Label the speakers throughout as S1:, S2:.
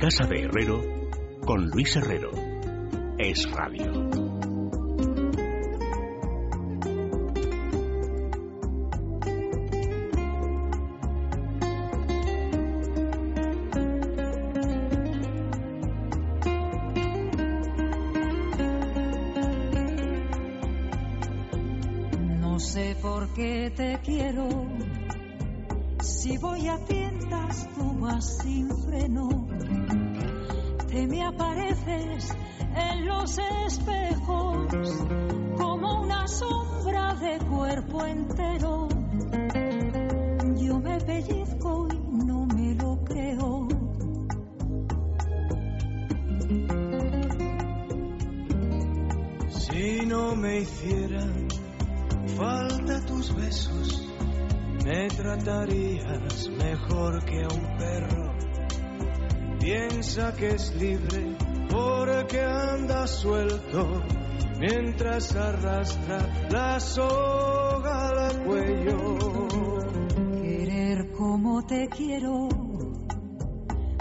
S1: Casa de Herrero con Luis Herrero. Es Radio.
S2: No sé por qué te quiero. Si voy a tientas, tú vas sin freno. Te me apareces en los espejos como una sombra de cuerpo entero. Yo me pellizco y no me lo creo.
S3: Si no me hicieran falta tus besos, me tratarías mejor que a un perro. Piensa que es libre porque anda suelto mientras arrastra la soga al cuello.
S2: Querer como te quiero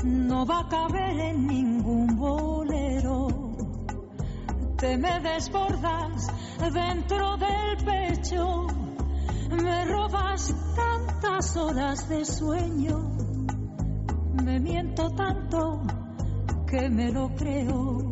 S2: no va a caber en ningún bolero. Te me desbordas dentro del pecho, me robas tantas horas de sueño, me miento tanto que me lo creo.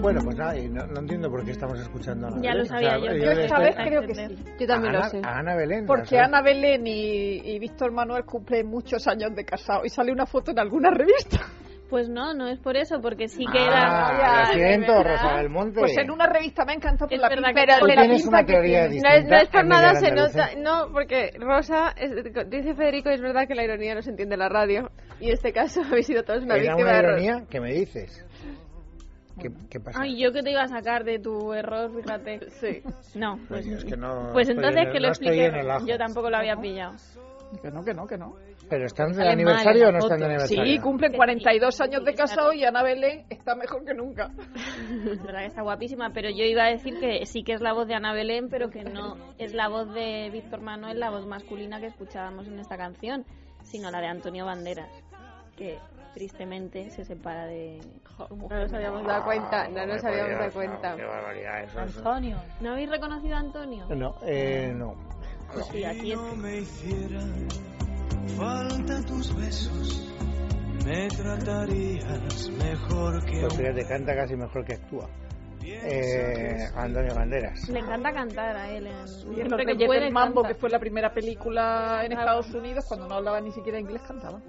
S4: Bueno, pues nada, y no, no entiendo por qué estamos escuchando a Ana
S5: Ya
S4: Belén.
S5: lo sabía yo.
S4: yo
S5: Yo
S4: de-
S6: esta
S5: estaba-
S6: vez
S4: a
S6: creo que sí.
S5: entender.
S7: Yo también
S4: Ana-
S7: lo sé.
S4: a Ana Belén. o
S6: Porque
S4: sea,
S6: Ana Belén y, y Víctor Manuel cumplen muchos años de casado y sale una foto en alguna revista.
S5: Pues no, no es por eso, porque sí que era...
S4: Ah,
S6: ya,
S4: lo
S6: de
S4: siento,
S5: ¿verdad?
S4: Rosa del Monte.
S6: Pues en una revista me ha encantado por
S5: Es
S6: la
S5: verdad
S6: pinta-
S5: que-
S4: Tú
S6: por la
S4: tienes
S6: pinta
S4: una
S6: que
S4: teoría
S6: tiene.
S7: No es, no
S4: distinta
S7: es por
S4: a
S7: nada,
S4: Miguel
S7: se
S4: Andalucía.
S7: nota. No, porque Rosa, es- dice Federico, es verdad que la ironía no se entiende en la radio. Y en este caso habéis sido todos una
S4: Era
S7: víctima
S4: una
S7: de Rosa.
S4: ironía que me dices. ¿Qué, qué pasa?
S5: Ay, yo que te iba a sacar de tu error, fíjate.
S7: Sí.
S5: No, pues,
S4: Pues yo es que no
S5: pues
S4: estoy
S5: entonces
S4: en el-
S5: que lo
S4: no estoy
S5: explique.
S4: en el ajo.
S5: Yo tampoco lo había pillado.
S6: Que no, que no, que no.
S4: ¿Pero están de
S5: Sale
S4: aniversario
S5: mal
S4: o no
S5: la
S4: están de
S5: foto.
S4: aniversario?
S6: Sí, cumplen
S5: Sí,
S6: 42
S5: sí,
S6: años
S5: sí,
S6: de
S5: exacto.
S6: casado y Ana Belén está mejor que nunca.
S5: Es verdad que está guapísima, pero yo iba a decir que sí que es la voz de Ana Belén, pero que no es la voz de Víctor Manuel, la voz masculina que escuchábamos en esta canción, sino la de Antonio Banderas, que tristemente se separa de...
S7: No nos habíamos dado cuenta, no nos habíamos dado cuenta.
S4: Qué barbaridad, eso es-
S8: Antonio.
S5: ¿No habéis reconocido a Antonio?
S4: No, eh, no.
S5: Pues sí, aquí
S3: Si no
S5: es.
S3: me hicieran falta tus besos, me tratarías mejor que a
S4: Pues
S3: un
S4: fíjate, canta casi mejor que actúa. Eh, Antonio Banderas.
S5: Le encanta cantar a él. En...
S6: Y en los
S5: Siempre que
S6: Reyes
S5: puede,
S6: del Mambo,
S5: canta.
S6: que fue la primera película en Estados Unidos, cuando no hablaba ni siquiera inglés, cantaba.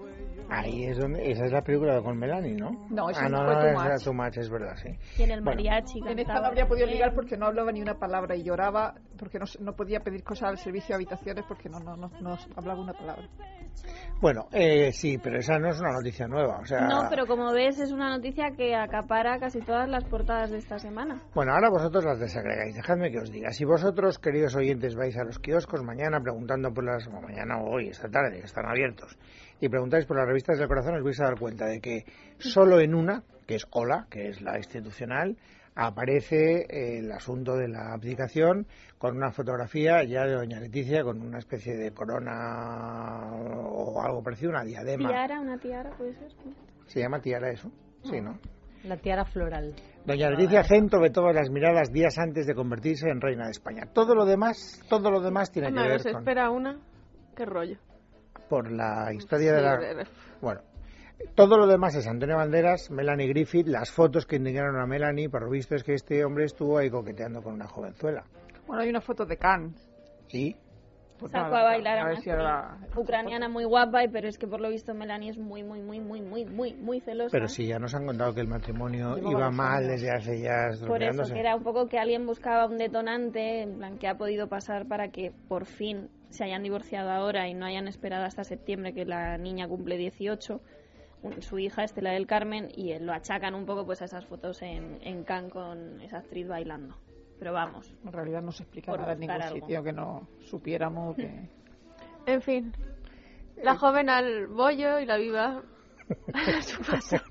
S4: Ahí es donde. Esa es la película con Melanie, ¿no?
S6: No, esa
S4: ah, no,
S6: fue
S4: no,
S6: Too
S4: esa era
S6: Much.
S4: Too Much, es verdad, sí.
S5: Y en el
S4: Bueno.
S5: mariachi
S6: En esta no
S5: cantaba
S6: habría podido
S5: también.
S6: ligar porque no hablaba ni una palabra y lloraba porque no, se- no podía pedir cosas al servicio de habitaciones porque no, no, no, no hablaba una palabra.
S4: Bueno, eh, sí, pero esa no es una noticia nueva. O sea,
S5: No, pero como ves, es una noticia que acapara casi todas las portadas de esta semana.
S4: Bueno, ahora vosotros las desagregáis. Dejadme que os diga. Si vosotros, queridos oyentes, vais a los kioscos mañana preguntando por las. o mañana o hoy, esta tarde, que están abiertos, y preguntáis por las revistas del corazón, os vais a dar cuenta de que solo en una, que es OLA, que es la institucional, aparece eh, el asunto de la abdicación con una fotografía ya de Doña Leticia con una especie de corona o algo parecido, una diadema.
S5: Tiara, una tiara, puede ser.
S4: ¿Se llama tiara eso? Sí, ¿no?
S8: La tiara floral.
S4: Doña Leticia Cento ve todas las miradas días antes de convertirse en reina de España. Todo lo demás, todo lo demás tiene que
S7: Una vez
S4: ver
S7: se
S4: con,
S7: espera una. Qué rollo.
S4: por la historia de
S7: Sí,
S4: la.
S7: de- de-
S4: Bueno, todo lo demás es Antonio Banderas, Melanie Griffith, las fotos que indignaron a Melanie, por lo visto es que este hombre estuvo ahí coqueteando con una jovenzuela.
S6: Bueno, hay una foto de Cannes.
S4: Y
S6: Pues
S5: Sacó
S6: nada,
S5: a bailar a
S6: ver
S5: una
S6: si ahora-
S5: Ucraniana muy guapa, y- pero es que por lo visto Melanie es muy, muy, muy, muy, muy, muy, muy celosa.
S4: pero sí, ya nos han contado que el matrimonio
S6: Llevaba
S4: iba
S6: dos
S4: mal
S6: años.
S4: desde hace ya
S5: Por eso,
S4: estropeándose.
S5: que era un poco que alguien buscaba un detonante, en plan, que ha podido pasar para que por fin se hayan divorciado ahora y no hayan esperado hasta septiembre que la niña cumple 18, un- su hija Estela del Carmen, y eh, lo achacan un poco pues a esas fotos en, en Cannes con esa actriz bailando. Pero vamos,
S6: En realidad no se explica
S5: Por
S6: nada en
S5: buscar
S6: ningún
S5: algo.
S6: sitio que no supiéramos que...
S7: En fin. La joven al bollo y la viva a su casa.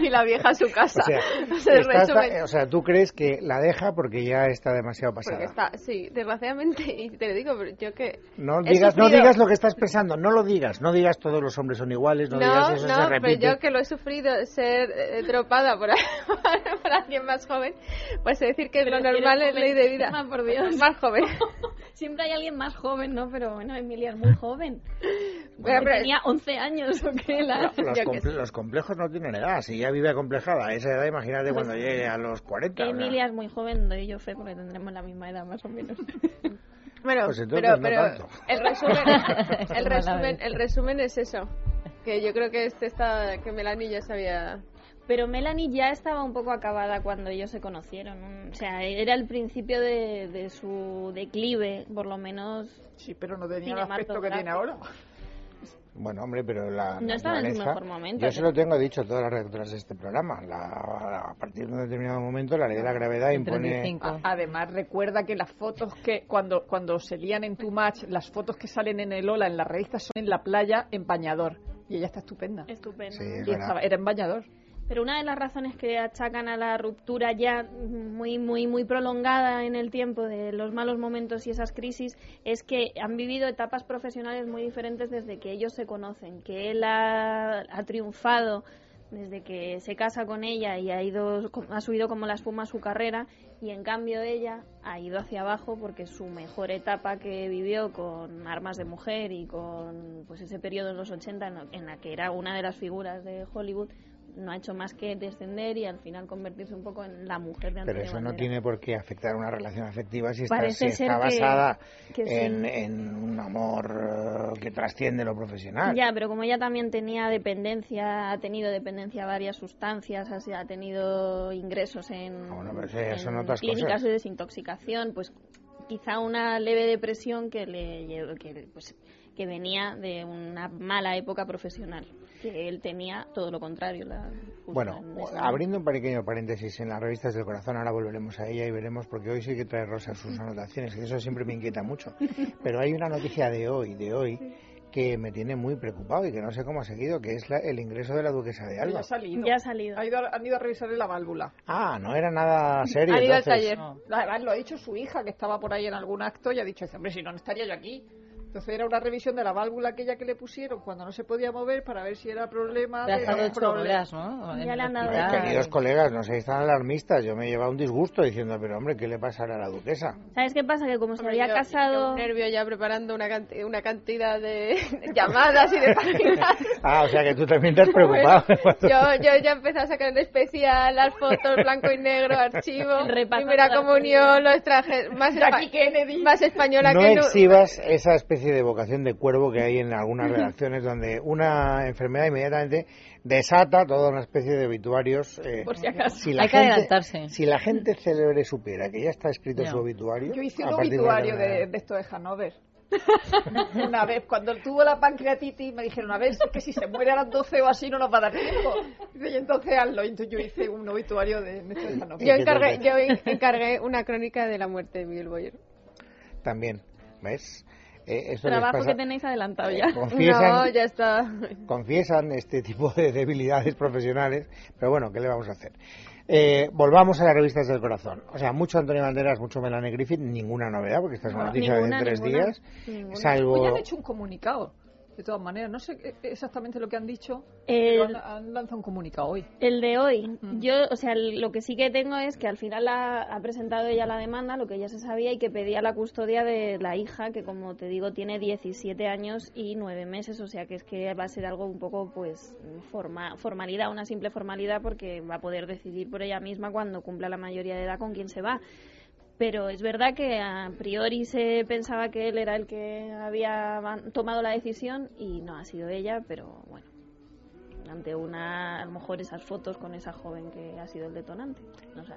S7: y la vieja a su casa.
S4: O sea,
S7: Se
S4: está hasta-
S7: resume-
S4: eh, o sea, tú crees que la deja porque ya está demasiado pasada.
S7: Porque está, sí, desgraciadamente, y te lo digo, pero yo que...
S4: No
S7: he
S4: digas, no
S7: sufrido-
S4: digas lo que estás pensando, no lo digas, no digas todos los hombres son iguales, no, digas
S7: No,
S4: eso
S7: no,
S4: se
S7: pero
S4: repite.
S7: yo que lo he sufrido ser eh, tropada por, por alguien más joven, pues he decir que
S5: Pero
S7: lo
S5: si eres
S7: normal es ley de vida.
S5: jovencísima, por Dios.
S7: Más joven.
S5: Siempre hay alguien más joven, ¿no? Pero bueno, Emilia es muy joven.
S7: Bueno, pero-
S5: Tenía 11 años o qué. La...
S4: Ah, Los,
S7: yo
S4: comple-
S7: que
S4: los complejos no tienen edad, si ya vive acomplejada a esa edad, imagínate cuando llegue a los 40. o sea.
S5: Pues, Emilia es muy joven, doy yo fe porque tendremos la misma edad más o menos.
S7: Bueno,
S4: Pues entonces
S7: pero,
S4: no
S7: pero
S4: tanto.
S7: el resumen, el
S8: Mala
S7: resumen,
S8: vez.
S7: el resumen es eso, que yo creo que este está, que Melanie ya sabía.
S5: Pero Melanie ya estaba un poco acabada cuando ellos se conocieron. un- O sea, era el principio de, de su declive, por lo menos.
S6: Sí, pero no tenía el
S5: Cinematográfico.
S6: aspecto que tiene ahora.
S4: Bueno, hombre, pero la
S5: No estaba en su
S4: naturaleza-
S5: mejor momento,
S4: Yo se
S5: pero-
S4: lo tengo dicho a todas las redactoras de este programa. La- la- a partir de un determinado momento, la ley de la gravedad impone...
S8: 35.
S6: A- Además, recuerda que las fotos que cuando, cuando se lían en tu match, las fotos que salen en el Ola, en la revista, son en la playa en bañador. Y ella está estupenda.
S5: Estupendo.
S4: Sí, es
S6: Y
S4: verdad.
S6: estaba, era en bañador.
S5: Pero una de las razones que achacan a la ruptura ya muy, muy, muy prolongada en el tiempo de los malos momentos y esas crisis es que han vivido etapas profesionales muy diferentes desde que ellos se conocen, que él ha, ha triunfado desde que se casa con ella y ha ido ha subido como la espuma su carrera y en cambio ella ha ido hacia abajo porque su mejor etapa que vivió con Armas de Mujer y con pues ese periodo en los 80 en, lo- en la que era una de las figuras de Hollywood no ha hecho más que descender y al final convertirse un poco en la mujer de Antonio
S4: Pero eso no
S5: Banderas.
S4: tiene por qué afectar una relación afectiva si está,
S5: Parece
S4: si
S5: ser
S4: está
S5: que-
S4: basada
S5: que sí.
S4: en, en un amor eh, que trasciende lo profesional.
S5: Ya, pero como ella también tenía dependencia, ha tenido dependencia a varias sustancias, así, ha tenido ingresos en,
S4: Ah, bueno, pero eso ya son
S5: en
S4: otras
S5: clínicas
S4: cosas.
S5: de desintoxicación, pues quizá una leve depresión que le lle- que, pues, que venía de una mala época profesional, que él tenía todo lo contrario. la- justo
S4: Bueno,
S5: en esa-
S4: abriendo un pequeño paréntesis en las revistas del corazón, ahora volveremos a ella y veremos, porque hoy sí que trae Rosa sus anotaciones, y eso siempre me inquieta mucho. Pero hay una noticia de hoy, de hoy, que me tiene muy preocupado y que no sé cómo ha seguido, que es la- el ingreso de la duquesa de
S6: Ya
S4: Alba.
S6: ha salido.
S5: Ya ha salido.
S6: Ha ido a- han ido a revisarle la válvula.
S4: Ah, no era nada serio.
S7: Han ido al
S4: entonces.
S7: taller.
S5: Ah.
S8: No.
S6: Además, lo ha dicho su hija, que estaba por ahí en algún acto, y ha dicho, dice, hombre, si no, no estaría yo aquí. Entonces era una revisión de la válvula aquella que le pusieron cuando no se podía mover para ver si era problema
S8: Le
S6: de...
S8: han dado ocho
S6: problema.
S8: horas, ¿no?
S5: Ya
S8: En el
S5: le han dado
S4: A
S8: hospital.
S4: ver, queridos colegas, no seáis tan alarmistas. Yo me he llevado un disgusto diciendo, pero hombre, ¿qué le pasará a la duquesa?
S5: ¿Sabes qué pasa? Que como se
S7: Hombre,
S5: había
S7: yo- yo
S5: casado...
S7: un nervio ya preparando una, canti- una cantidad de llamadas y de páginas.
S4: Ah, o sea que tú también te has preocupado.
S7: Yo, yo ya empecé a sacar el especial, las fotos blanco y negro, archivo,
S5: Repasando
S7: primera
S5: las
S7: comunión, los trajes, más, espa- más española
S4: no
S7: que nu-
S4: exhibas esa especie de vocación de cuervo que hay en algunas redacciones donde una enfermedad inmediatamente desata toda una especie de obituarios. eh,
S7: por si acaso.
S4: si la
S8: Hay que
S4: gente-
S8: adelantarse.
S4: Si la gente célebre supiera que ya está escrito
S8: Ya.
S4: su obituario.
S6: Yo hice
S4: a
S6: un
S4: partir de
S6: obituario
S4: ahora-
S6: de, de esto de Hanover. Una vez, cuando tuvo la pancreatitis, me dijeron, a ver, es que si se muere a las 12 o así no nos va a dar tiempo. Dice, y entonces hazlo. Y entonces yo hice un obituario de, de esto de Hanover.
S7: Yo encargué, yo en- encargué una crónica de la muerte de Miguel Boyer.
S4: También, ¿ves? Eh, esto les
S5: Trabajo
S4: pasa- Eh,
S5: que tenéis adelantado ya.
S4: Confiesan,
S7: No, ya está.
S4: confiesan este tipo de debilidades profesionales, pero bueno, ¿qué le vamos a hacer? Eh, volvamos a las revistas del corazón. O sea, mucho Antonio Banderas, mucho Melanie Griffith, ninguna novedad, porque esta es una
S5: No,
S4: noticia
S5: ninguna,
S4: de tres
S5: ninguna,
S4: días,
S5: ninguna.
S6: Pues
S4: salvo...
S6: ya han hecho un comunicado, de todas maneras. No sé eh, exactamente lo que han dicho,
S5: El-
S6: pero han, han lanzado un comunicado hoy.
S5: El de hoy. Yo, o sea, el- lo que sí que tengo es que al final ha, ha presentado ella la demanda, lo que ya se sabía, y que pedía la custodia de la hija, que como te digo, tiene 17 años y 9 meses, o sea que es que va a ser algo un poco, pues, forma, formalidad, una simple formalidad, porque va a poder decidir por ella misma cuando cumpla la mayoría de edad con quién se va. Pero es verdad que a priori se pensaba que él era el que había man- tomado la decisión y no ha sido ella, pero bueno ante una, a lo mejor esas fotos con esa joven que ha sido el detonante. No sé.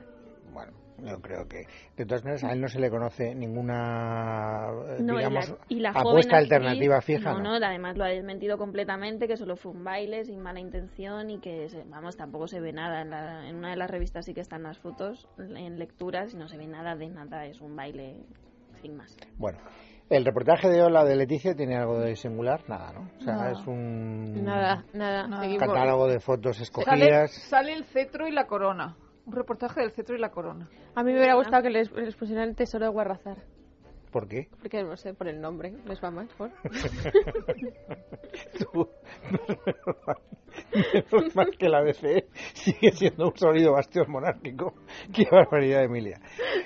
S4: Bueno, yo creo que... De todas maneras, a él no se le conoce ninguna, eh,
S5: No, y la-
S4: digamos,
S5: y la joven
S4: apuesta
S5: actriz-
S4: alternativa fija.
S5: No,
S4: ¿no?
S5: no, además lo ha desmentido completamente, que solo fue un baile sin mala intención y que, se- vamos, tampoco se ve nada. En, la- en una de las revistas sí que están las fotos en lecturas y no se ve nada de nada, es un baile sin más.
S4: Bueno, El reportaje de Ola de Leticia tiene algo de singular, nada, ¿no? O sea,
S6: No.
S4: es un
S7: Nada, nada.
S6: Nada.
S7: seguimos.
S4: catálogo de fotos
S6: Ah, Sale,
S4: escogidas.
S6: sale el cetro y la corona. Un reportaje del cetro y la corona.
S7: A mí me hubiera gustado que les, les pusieran el tesoro de Guarrazar.
S4: ¿Por qué?
S7: Porque no sé, por el nombre, les va más. Por...
S4: Tú- Menos mal que la BCE sigue siendo un sólido bastión monárquico. Qué barbaridad, Emilia.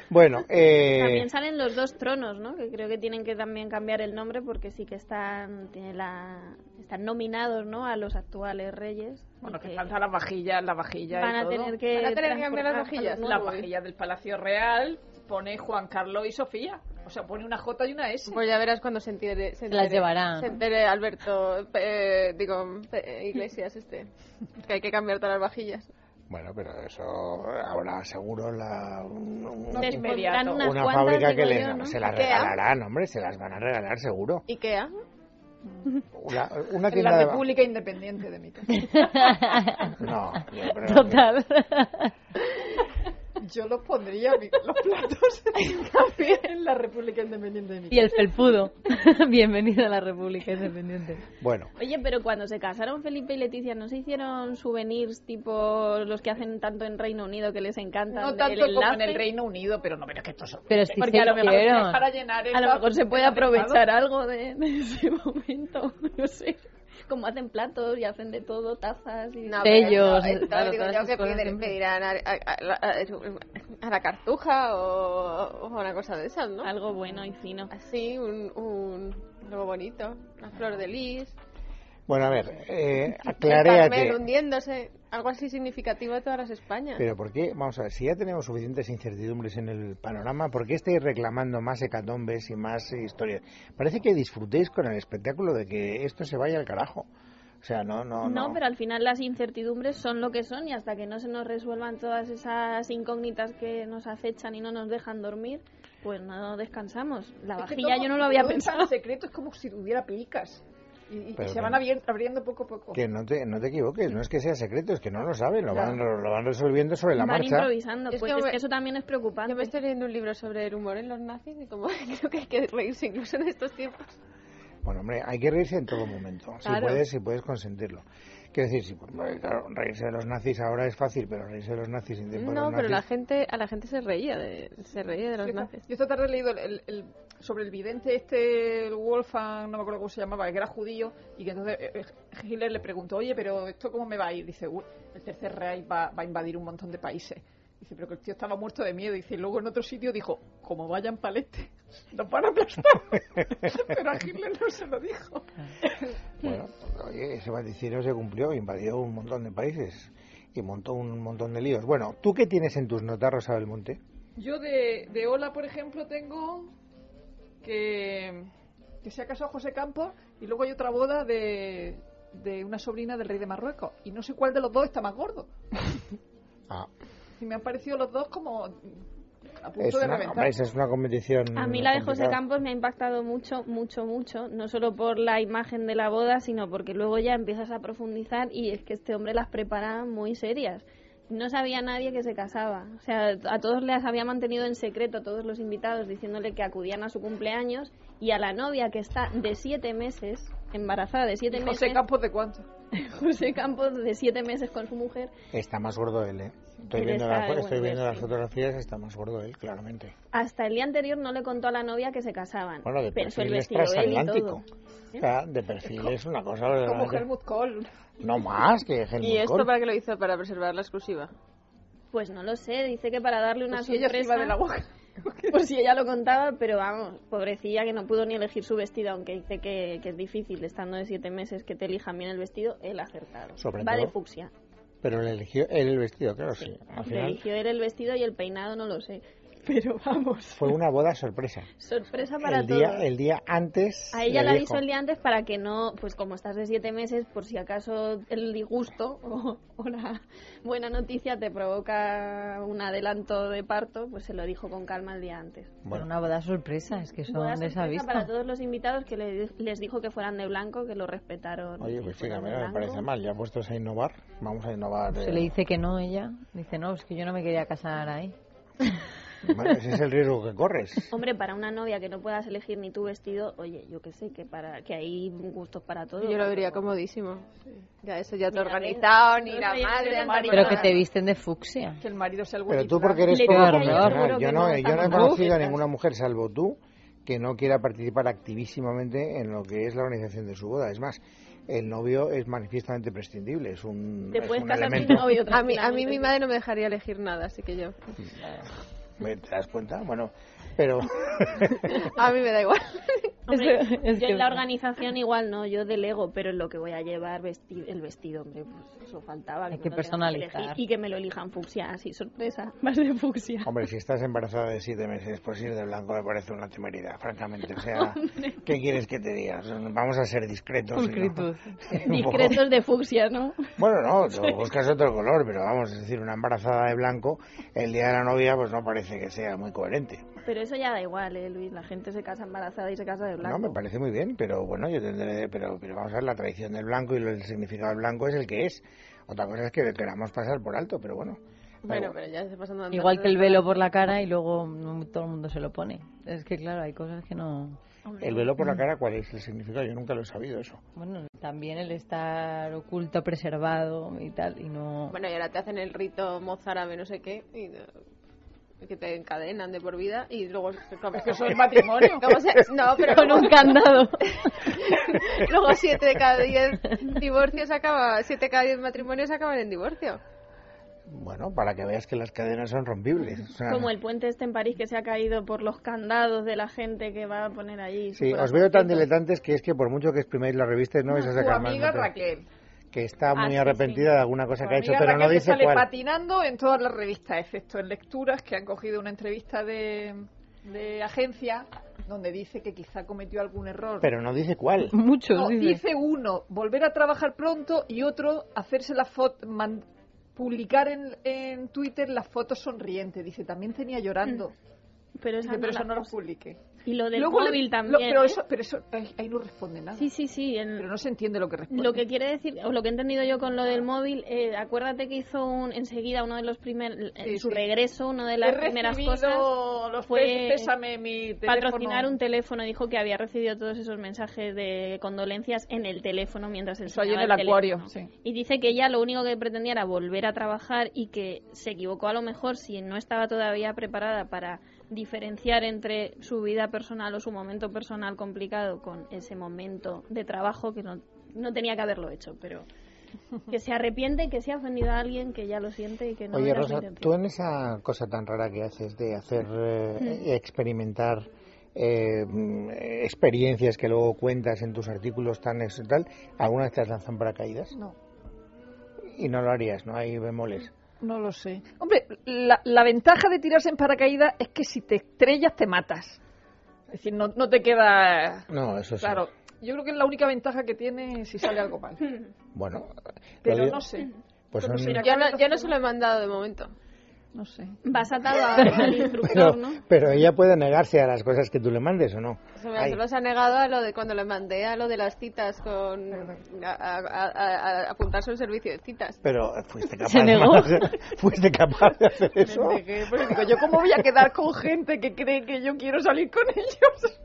S4: Bueno, eh,
S5: También salen los dos tronos, ¿no? Que creo que tienen que también cambiar el nombre porque sí que están, tiene la, están nominados, ¿no? A los actuales reyes.
S6: Bueno,
S5: Y
S6: que falta la vajilla, la vajilla
S5: Van
S6: y
S5: a
S6: todo.
S5: tener que
S7: Van a tener que cambiar las
S5: transportar a los
S7: vajillas,
S6: La
S5: nuevos.
S6: vajilla del Palacio Real pone Juan Carlos y Sofía. O sea, pone una J y una S.
S7: Pues ya verás cuando se entere. Se entere-
S8: Las llevará.
S7: Se entere Alberto, eh, digo, eh, Iglesias, este. Que hay que cambiar todas las vajillas.
S4: bueno, pero eso ahora seguro la, un- un-
S5: Les pondrán
S6: inmediato.
S5: unas
S4: una
S5: cuantas,
S4: fábrica que
S5: digo
S4: les,
S5: yo, ¿no?
S4: se las
S7: ¿Ikea?
S4: regalarán, hombre, se las van a regalar seguro.
S7: Ikea.
S4: Una, una
S6: En
S4: tienda
S6: la
S4: de...
S6: República Independiente de mi casa.
S4: No, yo creo que-
S8: Total.
S6: Yo los pondría, mi- los platos, en café en la República Independiente de mi
S8: Y el felpudo. Bienvenido a la República Independiente.
S4: Bueno,
S5: Oye, pero cuando se casaron Felipe y Leticia, ¿no se hicieron souvenirs tipo los que hacen tanto en Reino Unido que les encantan?
S6: No
S5: el
S6: tanto como en
S5: enlace?
S6: el Reino Unido, pero no, pero es que estos son...
S8: Pero sí
S6: Porque
S8: se
S6: a lo mejor
S8: hicieron.
S6: es para llenar el
S5: A lo
S6: vaso
S5: mejor se
S6: que
S5: puede
S6: te han dejado.
S5: aprovechar algo de, de ese momento, no sé. Como hacen platos y hacen de todo, tazas y...
S7: No,
S8: Sellos,
S7: pero no,
S8: claro,
S7: esto
S8: todas
S7: digo yo
S8: esas
S7: que
S8: cosas
S7: pedir-
S8: siempre.
S7: pedirán a, a- a la- a- a la cartuja o, o una cosa de esas, ¿no?
S5: Algo bueno y fino.
S7: Así, un, un algo bonito, una flor de lis,
S4: bueno, a ver, eh,
S7: el palmer
S4: aclaréate.
S7: hundiéndose, algo así significativo de todas las Españas.
S4: Pero ¿por qué? Vamos a ver, si ya tenemos suficientes incertidumbres en el panorama, ¿por qué estáis reclamando más hecatombes y más eh, historias? Parece que disfrutéis con el espectáculo de que esto se vaya al carajo. O sea, no, no, no.
S5: No, pero al final las incertidumbres son lo que son y hasta que no se nos resuelvan todas esas incógnitas que nos acechan y no nos dejan dormir, pues no descansamos. La
S6: Es que
S5: vajilla
S6: todo-
S5: yo no lo había
S6: todo es tan
S5: pensado.
S6: secreto es como si tuviera plicas. Y, y- y
S4: Pero
S6: se
S4: que
S6: van
S4: no.
S6: abier- abriendo poco a poco.
S4: Que no te, no te equivoques, no es que sea secreto, es que no lo saben, lo,
S6: Claro.
S4: van, lo, lo van resolviendo sobre la
S5: Van
S4: marcha.
S5: improvisando,
S7: Es
S5: pues
S7: que
S5: es
S7: me-
S5: que eso también es preocupante.
S7: Yo me estoy leyendo un libro sobre el humor en los nazis y como creo que hay que reírse incluso en estos tiempos.
S4: Bueno, hombre, hay que reírse en todo momento, si
S7: Claro.
S4: puedes, si puedes consentirlo. Quiero decir, si, pues, claro, reírse de los nazis ahora es fácil, pero reírse de los nazis en tiempo de
S7: No,
S4: los
S7: pero la
S4: nazis...
S7: gente, a la gente se reía de, se reía de los
S6: Yo esta-
S7: nazis.
S6: Yo esta tarde he leído el- el- el- sobre el vidente este, el Wolfgang, no me acuerdo cómo se llamaba, que era judío, y que entonces eh, eh, Hitler le preguntó, oye, pero ¿esto cómo me va a ir? Dice, "Uy, el Tercer Reich va, va a invadir un montón de países. Dice, pero que el tío estaba muerto de miedo. Dice, y luego en otro sitio dijo, como vayan para el este, nos van a aplastar. pero a Hitler no se lo dijo.
S5: Hmm.
S4: Bueno, pues, oye, ese vaticinio se cumplió, invadió un montón de países y montó un montón de líos. Bueno, ¿tú qué tienes en tus notas, Rosa Belmonte?
S6: Yo de, de Ola, por ejemplo, tengo que, que se ha casado José Campos y luego hay otra boda de, de una sobrina del rey de Marruecos. Y no sé cuál de los dos está más gordo.
S4: Ah,
S6: Y me han parecido los dos como a punto
S4: es
S6: de
S4: una,
S6: reventar.
S4: hombre, esa es una competición.
S5: A
S6: Mm,
S5: mí la de José
S4: complicada.
S5: Campos me ha impactado mucho, mucho, mucho, no solo por la imagen de la boda, sino porque luego ya empiezas a profundizar y es que este hombre las prepara muy serias. No sabía nadie que se casaba. O sea, a todos les había mantenido en secreto, a todos los invitados, diciéndole que acudían a su cumpleaños y a la novia que está de siete meses, embarazada de siete
S6: ¿Y
S5: meses,
S6: José Campos de cuánto?
S5: José Campos de siete meses con su mujer,
S4: Está más gordo él, ¿eh? Estoy
S5: Pero
S4: viendo,
S5: está
S4: la-
S5: de buen
S4: estoy viendo
S5: ver,
S4: las
S5: sí.
S4: fotografías, está más gordo él, claramente.
S5: hasta el día anterior no le contó a la novia que se casaban.
S4: Bueno, de
S5: Pensó el
S4: perfil es
S5: vestido él y todo.
S4: transatlántico. O sea, de perfil es una cosa...
S6: Como
S4: verdaderamente-
S6: Helmut Kohl.
S4: No más que Helmut
S7: ¿Y esto
S4: Kohl.
S7: para qué lo hizo? Para preservar la exclusiva.
S5: Pues no lo sé, dice que para darle una
S6: Pues si ella
S5: sorpresa.
S6: se iba de la boca.
S5: Pues si ella lo contaba, pero vamos, pobrecilla que no pudo ni elegir su vestido, aunque dice que, que es difícil, estando de siete meses, que te elijan bien el vestido, él ha acertado.
S4: Sobre
S5: Va
S4: todo-
S5: de fucsia.
S4: Pero le eligió él el vestido, claro, sí. Al
S5: Le
S4: final
S5: eligió él el vestido y el peinado, no lo sé. Pero vamos,
S4: fue una boda sorpresa.
S5: sorpresa para
S4: El día,
S5: todos.
S4: el día antes
S5: A ella
S4: le
S5: la
S4: dijo,
S5: avisó el día antes para que no, pues como estás de siete meses, por si acaso el disgusto o, o la buena noticia te provoca un adelanto de parto, pues se lo dijo con calma el día antes.
S8: Bueno,
S4: Bueno,
S8: una boda sorpresa, es que eso
S5: Boda
S8: dónde se ha
S5: sorpresa
S8: visto.
S5: para todos los invitados que le- les dijo que fueran de blanco, que lo respetaron.
S4: Oye,
S5: que
S4: pues
S5: fueran
S4: fíjame,
S5: de
S4: no me
S5: blanco.
S4: parece mal. Ya puestos a innovar, vamos a innovar.
S8: Se
S4: eh,
S8: le dice que no ella. Dice, no, es que yo no me quería casar ahí.
S4: Bueno, ese es el riesgo que corres.
S5: Hombre, para una novia que no puedas elegir ni tu vestido, oye, yo qué sé, que para que hay gustos para todo.
S7: Yo lo vería comodísimo. Ya eso ya te
S5: Mira,
S7: organizado,
S5: venga.
S7: ni
S5: No
S7: la
S5: soy
S7: madre,
S5: el
S7: ni nada.
S8: Pero que te visten de fucsia.
S6: Que el marido sea el
S4: Pero
S6: buen
S4: tú
S6: plan.
S4: porque eres
S5: Le
S4: poco
S5: digo que yo
S4: profesional.
S5: juro
S4: Yo
S5: que
S4: no,
S5: no
S4: eh, yo no he
S5: estamos
S4: conocido a
S5: listas.
S4: ninguna mujer, salvo tú, que no quiera participar activísimamente en lo que es la organización de su boda. Es más, el novio es manifiestamente prescindible. Es un,
S5: Te
S4: es
S5: puedes
S4: un
S5: casar sin
S4: elemento.
S5: novio,
S7: A mí, a mí
S5: tranquilamente.
S7: mi madre no me dejaría elegir nada, así que yo.
S4: ¿Me- ¿Te das cuenta? Bueno, pero...
S7: A mí me da igual.
S5: Hombre,
S8: Eso- es
S5: yo
S8: que-
S5: en la organización igual no, yo delego, pero en lo que voy a llevar vesti- el vestido, hombre, pues eso faltaba.
S8: Hay que
S5: me lo tengan
S8: personalizar.
S5: elegir y que me lo elijan fucsia, así, sorpresa, más de fucsia.
S4: Hombre, si estás embarazada de siete meses, pues ir de blanco me parece una temeridad, francamente. O sea, ¿qué quieres que te diga? O sea, Vamos a ser discretos. ¿no?
S8: Pulcritud.
S4: Un poco.
S5: Discretos de fucsia, ¿no?
S4: Bueno, no, tú buscas otro color, pero vamos, es decir, una embarazada de blanco, el día de la novia, pues no parece que sea muy coherente.
S5: Pero eso ya da igual, ¿eh, Luis? La gente se casa embarazada y se casa de blanco.
S4: No, me parece muy bien, pero bueno, yo tendré, pero, pero vamos a ver, la tradición del blanco y lo- el significado del blanco es el que es. Otra cosa es que lo queramos pasar por alto, pero bueno.
S7: Bueno, pero ya se pasando andando.
S8: Igual que el velo por la cara y luego no todo el mundo se lo pone. Es que claro, hay cosas que no...
S4: El velo por la cara, ¿cuál es el significado? Yo nunca lo he sabido eso.
S8: Bueno, también el estar oculto, preservado y tal, y no...
S7: Bueno, y ahora te hacen el rito mozárabe, no sé qué, y no- que te encadenan de por vida y luego es que eso es matrimonio no pero
S8: Con un candado.
S7: luego siete de cada diez divorcios acaba siete de cada diez matrimonios acaban en divorcio
S4: Bueno, para que veas que las cadenas son rompibles. o sea,
S5: Como el puente este en París que se ha caído por los candados de la gente que va a poner allí.
S4: Sí,
S5: su
S4: os veo tan
S5: corazoncito.
S4: diletantes que es que por mucho que exprimáis las revistas no vais a
S6: Tu
S4: sacar más.
S6: amiga
S4: notas.
S6: Raquel.
S4: Que está
S5: Ah,
S4: muy
S5: sí,
S4: arrepentida
S5: sí.
S4: de alguna cosa
S6: Tu
S4: que ha hecho,
S6: amiga
S4: pero no
S6: Raquel que
S4: dice
S6: sale
S4: cuál.
S6: patinando en todas las revistas, excepto en lecturas que han cogido una entrevista de, de agencia donde dice que quizá cometió algún error.
S4: Pero no dice cuál.
S8: Muchos,
S6: No,
S8: dice.
S6: dice uno, volver a trabajar pronto y otro, hacerse la foto, man- publicar en, en Twitter las fotos sonriente. Dice, también tenía llorando.
S5: Mm. Pero, esa
S6: Dice, pero
S5: no
S6: eso
S5: la-
S6: no lo publique.
S5: Y lo del
S6: Luego le-
S5: móvil
S6: lo-
S5: también.
S6: pero,
S5: ¿eh?
S6: eso, pero eso, ahí, ahí no responde nada.
S5: Sí, sí, sí. en-
S6: Pero no pues se entiende lo que responde.
S5: Lo que quiere decir, o lo que he entendido yo con lo del móvil, eh, acuérdate que hizo un, enseguida uno de los primeros,
S6: Sí,
S5: su
S6: sí.
S5: regreso, una de
S6: He
S5: las primeras
S6: recibido
S5: cosas,
S6: los
S5: fue
S6: pés- pésame mi teléfono.
S5: patrocinar un teléfono, dijo que había recibido todos esos mensajes de condolencias en el teléfono mientras
S6: Eso ahí en
S5: enseñaba
S6: el acuario,
S5: teléfono.
S6: sí.
S5: Y dice que ella lo único que pretendía era volver a trabajar y que se equivocó a lo mejor si no estaba todavía preparada para diferenciar entre su vida personal o su momento personal complicado con ese momento de trabajo que no, no tenía que haberlo hecho, pero que se arrepiente, que se ha ofendido a alguien, que ya lo siente y que no
S4: Oye,
S5: era su
S4: Rosa,
S5: intención.
S4: tú en esa cosa tan rara que haces de hacer
S6: Mm.
S4: eh, experimentar eh, mm, eh, experiencias que luego cuentas en tus artículos tan ex- tal, ¿alguna vez te has lanzado en paracaídas?
S6: No.
S4: Y no lo harías, ¿no? Hay bemoles.
S6: No lo sé. Hombre, la, la ventaja de tirarse en paracaídas es que si te estrellas te matas. Es decir, no, no te queda...
S4: No, eso sí.
S6: Claro, yo creo que es la única ventaja que tiene si sale algo mal.
S4: Bueno, lo
S6: Pero
S4: digo-
S6: no sé,
S4: Pues son-
S6: pero será-
S7: yo no, yo no se lo he mandado de momento
S6: no sé.
S5: Vas atado a- al
S4: pero,
S5: instructor, ¿no?
S4: pero ella puede negarse a las cosas que tú le mandes o no.
S7: Se me
S4: Ay.
S7: se los ha negado a lo de cuando le mandé a lo de las citas con a, a- a- a apuntarse al servicio de citas.
S4: Pero fuiste capaz,
S8: Se
S4: de
S8: negó.
S4: hacer- fuiste capaz de hacer eso.
S6: Me dejé, pues, digo, yo cómo voy a quedar con gente que cree que yo quiero salir con ellos.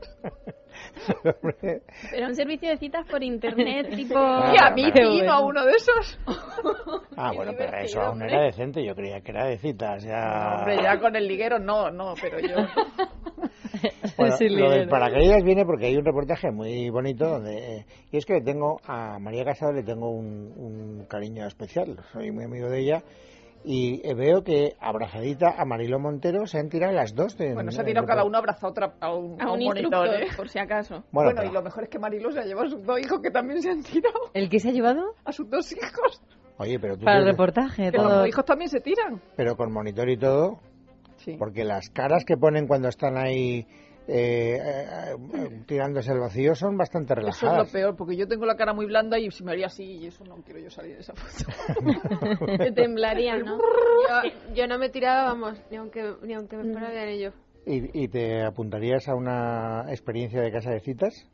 S4: Hombre,
S5: Pero un servicio de citas por internet, tipo...
S4: Ah,
S6: y a mí
S4: qué
S6: vino a
S8: bueno.
S6: uno de esos.
S4: ah,
S6: Qué
S4: bueno, pero
S6: divertido,
S4: eso aún
S6: hombre.
S4: era decente. Yo creía que era de citas. Ya...
S6: Hombre, ya con el liguero no, no, pero yo...
S4: Bueno,
S8: Sí,
S4: lo del
S8: líder.
S4: paracaídas viene porque hay un reportaje muy bonito donde eh, y es que le tengo a María Casado le tengo un, un cariño especial soy muy amigo de ella y eh, veo que abrazadita a Marilo Montero se han tirado las dos de,
S6: Bueno, se ha
S4: en-
S6: tirado
S4: en-
S6: cada uno abrazo a, otra, a un,
S5: a un
S6: monitor.
S5: instructor,
S6: ¿eh?
S5: por si acaso.
S4: bueno,
S6: Bueno,
S4: pero-
S6: y lo mejor es que Marilo se ha llevado a sus dos hijos que también se han tirado.
S8: ¿El que se ha llevado?
S6: A sus dos hijos.
S4: oye pero tú
S8: Para el
S4: tienes-
S8: reportaje,
S6: Que los
S8: todo.
S6: dos hijos también se tiran.
S4: pero con monitor y todo
S6: Sí.
S4: porque las caras que ponen cuando están ahí eh, eh, eh, tirándose al vacío son bastante
S6: Eso es lo
S4: relajadas
S6: peor, porque yo tengo la cara muy blanda y si me haría así, y eso no quiero yo salir de esa foto.
S5: Te temblaría, ¿no?
S7: Yo, yo no me tiraba, vamos, ni aunque, ni aunque me fuera de anillo.
S4: ¿Y, y te apuntarías a una experiencia de casa de citas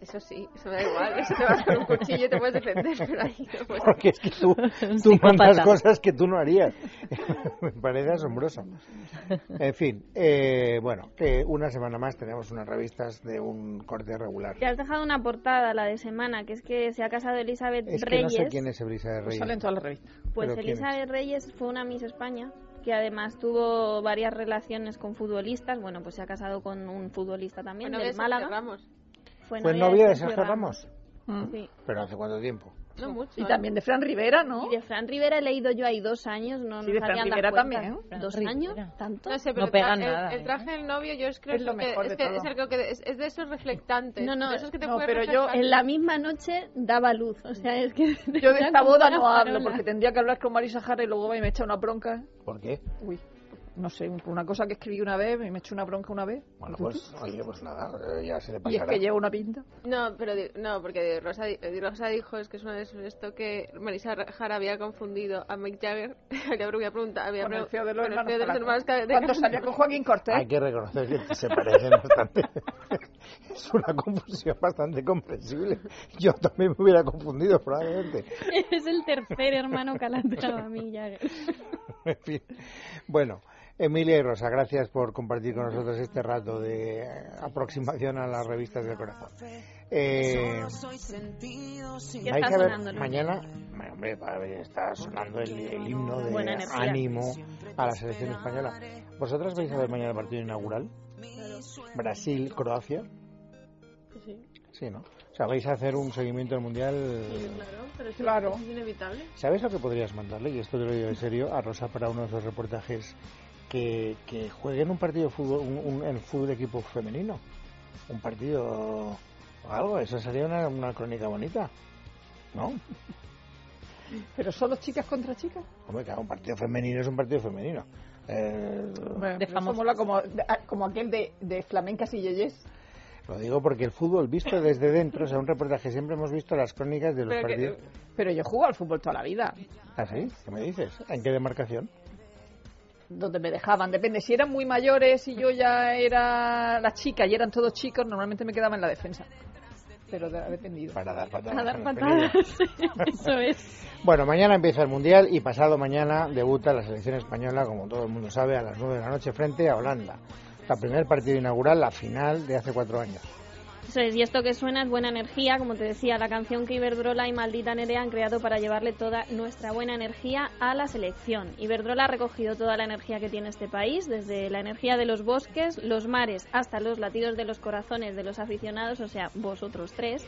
S7: Eso sí, eso me da igual. Eso te vas con un cuchillo y te puedes defender, pero ahí no puedes.
S4: Porque es que tú, tú mandas cosas que tú no harías. Me parece asombroso. En fin, eh, bueno, que una semana más tenemos unas revistas de un corte regular.
S5: Te has dejado una portada, la de semana, que es que se ha casado Elizabeth
S4: Es que no
S5: Reyes.
S4: sé quién es Elisa de Reyes.
S6: Sale en todas las revistas.
S5: Pues
S4: pero quién es.
S5: Elizabeth Reyes fue una Miss España que además tuvo varias relaciones con futbolistas. Bueno, pues se ha casado con un futbolista también
S7: Bueno,
S5: del
S7: ves,
S5: Málaga.
S7: Ramos.
S4: ¿Fue Pues novia
S6: ¿eh?
S4: de
S5: Sergio
S4: Sergio Ramos?
S7: Mm.
S5: Sí.
S4: ¿Pero hace cuánto tiempo?
S7: No mucho.
S6: Y
S7: ¿eh?
S6: también de Fran Rivera, ¿no?
S5: Y de Fran Rivera he leído yo ahí dos años, no nos
S6: Sí, de Fran
S5: habían dado
S6: Rivera
S5: cuenta.
S6: también,
S8: ¿eh?
S5: ¿Dos
S8: Fran
S5: años?
S8: Rivera.
S5: ¿Tanto?
S7: No sé, pero
S8: No pegan
S7: el, tra- el-
S8: nada,
S7: el
S8: ¿eh?
S7: traje del novio yo es creo
S6: Es lo
S7: que,
S6: mejor
S7: es,
S6: de
S7: que
S6: todo.
S7: es el que- que es, es de esos reflectantes.
S5: No, no,
S7: de esos que te
S6: no,
S7: puedes
S6: pero yo-
S7: reflejar.
S5: En la misma noche daba luz, o sea, es que...
S6: Yo de
S5: era
S6: esta
S5: como
S6: boda
S5: una
S6: no hablo
S5: farola.
S6: porque tendría que hablar con Marisa Jara y luego va y me echa una bronca.
S4: ¿Por qué?
S6: Uy, no sé, un- una cosa que escribí una vez y me echó una bronca una vez.
S4: Bueno, pues, oye, pues nada, eh, ya se le
S6: Y es
S4: pasará.
S6: que lleva una pinta.
S7: No, pero di- no, porque Rosa, di- Rosa dijo es que es una esto que Marisa Jara había confundido a Mick Jagger. había había preguntado, había
S6: Con el
S7: pre-
S6: feo de los
S7: con el
S6: hermanos.
S7: feo de los
S6: Calatrava.
S7: hermanos Ca- de
S6: Cuando
S7: Calatrava.
S6: salió con Joaquín Cortés.
S4: Hay que reconocer que se parecen bastante. es una confusión bastante comprensible. Yo también me hubiera confundido, probablemente.
S5: Es el tercer hermano Calatrava, a mí ya.
S4: En fin. Bueno, Emilia y Rosa, gracias por compartir con nosotros este rato de eh, aproximación a las revistas del corazón. Eh,
S5: ¿Qué
S4: hay
S5: está
S4: que ver
S5: sonando, Luis?
S4: mañana. Bueno, hombre, para ver, está sonando el, el himno de
S5: Buena energía.
S4: ánimo a la selección española. ¿Vosotras vais a ver mañana el partido inaugural? Brasil, Croacia.
S7: Sí,
S4: Sí, ¿no? O sea, vais a hacer un seguimiento del mundial.
S7: claro, pero es,
S6: Claro.
S7: es inevitable.
S4: ¿Sabes lo que podrías mandarle? Y esto te lo digo en serio, a Rosa para uno de esos reportajes que, que jueguen un partido de fútbol, un, un- en fútbol de equipo femenino. Un partido o algo, eso sería una, una crónica bonita. ¿No?
S6: Pero solo chicas contra chicas.
S4: Hombre, claro, un partido femenino es un partido femenino. Eh,
S6: Bueno, eso
S8: famosas.
S6: mola como, de- ah, como aquel de, de flamencas y yeyes.
S4: lo digo porque el fútbol visto desde dentro, o sea, un reportaje, siempre hemos visto las crónicas de los
S7: Pero que-
S4: partidos.
S6: Pero yo juego al fútbol toda la vida.
S4: ¿Ah, sí? ¿Qué me dices? ¿En qué demarcación?
S6: donde me dejaban, depende, si eran muy mayores y yo ya era la chica y eran todos chicos, normalmente me quedaba en la defensa. Pero de- ha dependido.
S4: Para dar patadas.
S5: A dar
S4: en el peligro.
S5: patadas, eso es.
S4: Bueno, mañana empieza el Mundial y pasado mañana debuta la selección española, como todo el mundo sabe, a las 9 de la noche frente a Holanda. La primer partido inaugural, la final de hace cuatro años.
S5: Eso es, y esto que suena es buena energía, como te decía, la canción que Iberdrola y Maldita Nerea han creado para llevarle toda nuestra buena energía a la selección. Iberdrola ha recogido toda la energía que tiene este país, desde la energía de los bosques, los mares, hasta los latidos de los corazones de los aficionados, o sea, vosotros tres,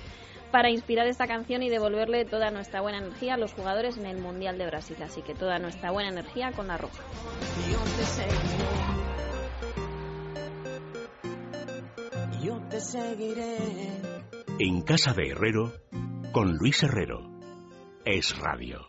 S5: para inspirar esta canción y devolverle toda nuestra buena energía a los jugadores en el Mundial de Brasil. Así que toda nuestra buena energía con la roja.
S2: Yo te seguiré.
S1: En Casa de Herrero, con Luis Herrero. Es Radio.